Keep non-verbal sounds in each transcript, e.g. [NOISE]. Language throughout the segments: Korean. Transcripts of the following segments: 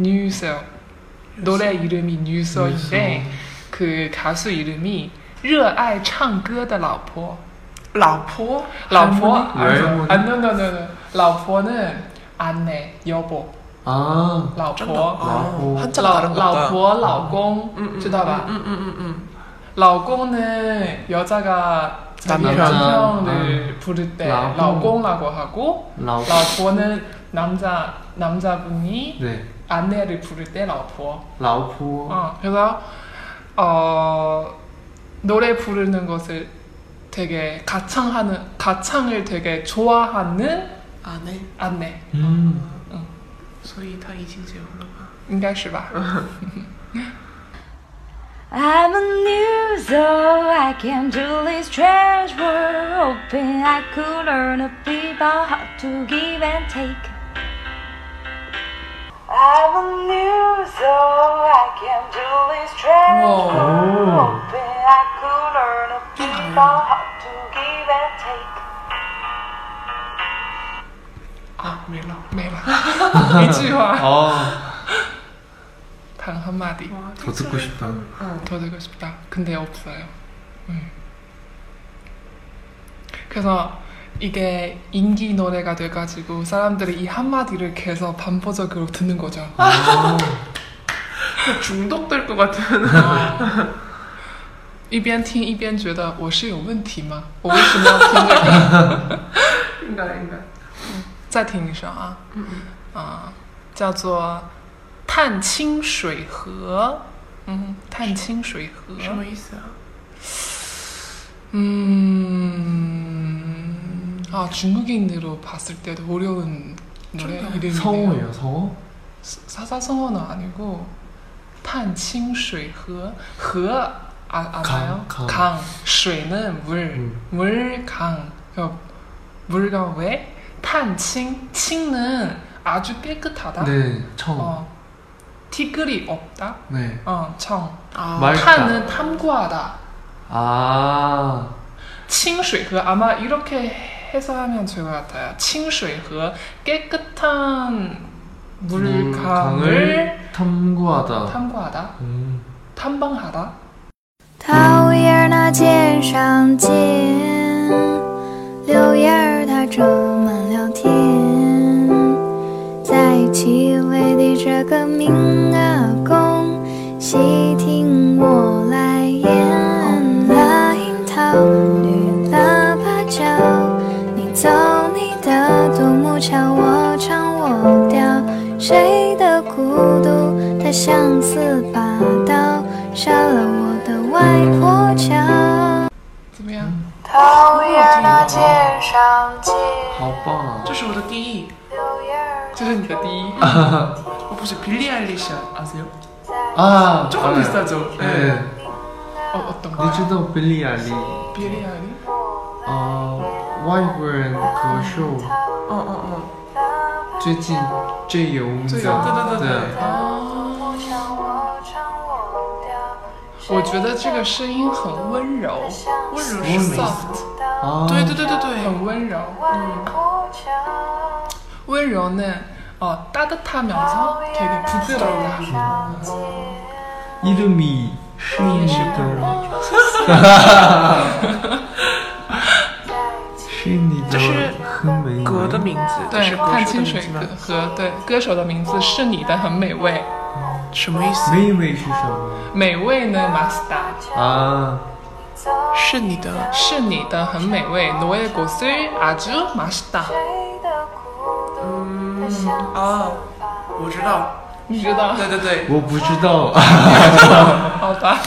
뉴서 노래 이름이 뉴서인데 그 가수 이름이 热爱唱歌的老婆 라포? 老婆 할머니? 아 no no no no 老婆는 아내 여보 아 老婆 라포. 한참 다른 老 것 같다. 婆老公 음, 음, 知道吧 음, 음, 음, 음. 老公는 여자가 자기 남편. 아. 남편을 부를 때 라고. 라고라고 하고 라오 라포는 남자 남자분이 네 아내를 부를 때 라포. 라오포 어, 그래서 어, 노래 부르는 것을 되게 가창하는 가창을 되게 좋아하는 아내, 네. 아내. 음 소위 다 이징제 아, 올라가. 应该是吧? I'm a new soul, I can do this strange world. Hoping I could learn of people how to give and take. I'm a new soul, I can do this strange Whoa. world. Oh. Hoping I could learn of people how to give and take. 아, 밀라. 没了.一句话. 아, 단 한마디. 와, 더 듣고 싶다. 어. 더 되고 싶다. 근데 없어요. 음. 그래서 이게 인기 노래가 돼가지고 사람들이 이 한마디를 계속 반복적으로 듣는 거죠. 아, 중독될 것 같은. [LAUGHS] 一边听一边觉得我是有问题吗？我为什么要听这个？ 인가, 인가. 再听一首啊，啊，叫做《探清水河》。嗯，探清水河。 뭐 있어요? 嗯，啊，중국인으로봤을때도어려운노래이름이네요 성어예요 성어 사사성어는 아니고 탄칭水河 河아 알아요? 강, 강. 水는 물, 음. 물강. 그러니까 물강 왜? 탄칭, 칭은 아주 네. 깨끗하다. 네청네 네. 어, 티끌이 없다. 어, 청. 아, 말- 맑다. 탄은 탐구하다. 아 칭水河 그, 아마 이렇게 해석하면 좋을 것 같아요. 칭水河 깨끗한 물강을 물강을 어. 탐구하다 탐구하다. 음, 탐방하다. 桃叶儿那街上见，柳叶儿它长满了田，在齐位的这个名啊公，细听我来言。拉樱桃，绿喇叭角，你走你的独木桥，我唱我调，谁的孤独，它相似拔刀。杀了我的外婆桥。怎么样?桃叶儿那街上见， 아빠 这是我的第一.柳叶儿这是你的第一. 어, 혹시 빌리 아일리시 아세요? 在 아 조금 알아요. 비싸죠? 네 어, 어떤 거? 니즈도 빌리 알리 비리아리? 어 와이브랜 그쇼 哦哦 최진 네. 최용 最有对对对对哦向我唱我调，我觉得这个声音很温柔，温柔是温柔 soft， 아, 对对对对对很温柔。外嗯婆桥。温柔呢，哦，따뜻하면서 되게 부드럽다. 이름이 [LAUGHS] 슈니더 슈니더 这是很美歌的名字对，是歌探手的清名水字歌吗和对歌手的名字是你的很美味，什么意思美味是什么啊美味呢马斯达 아 是你的是你的很美味，너의곳을아주맛있다。 嗯啊我知道你知道？ 네, 对对对我不知道 [LAUGHS] 好吧。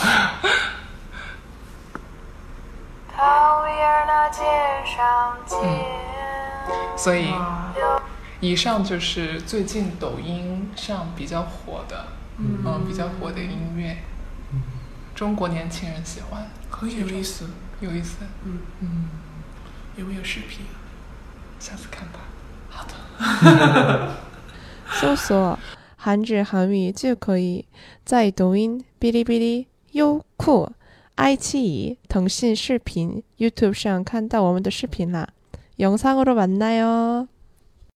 桃叶儿那街上见，嗯所以，以上就是最近抖音上比较火的，嗯，比较火的音乐，中国年轻人喜欢，很嗯有意思有意思，有没有视频啊下次看吧。搜索韩指韩语就可以在抖音、哔哩哔哩、优酷、爱奇艺、腾讯视频、YouTube 上看到我们的视频啦。영상으로만나요。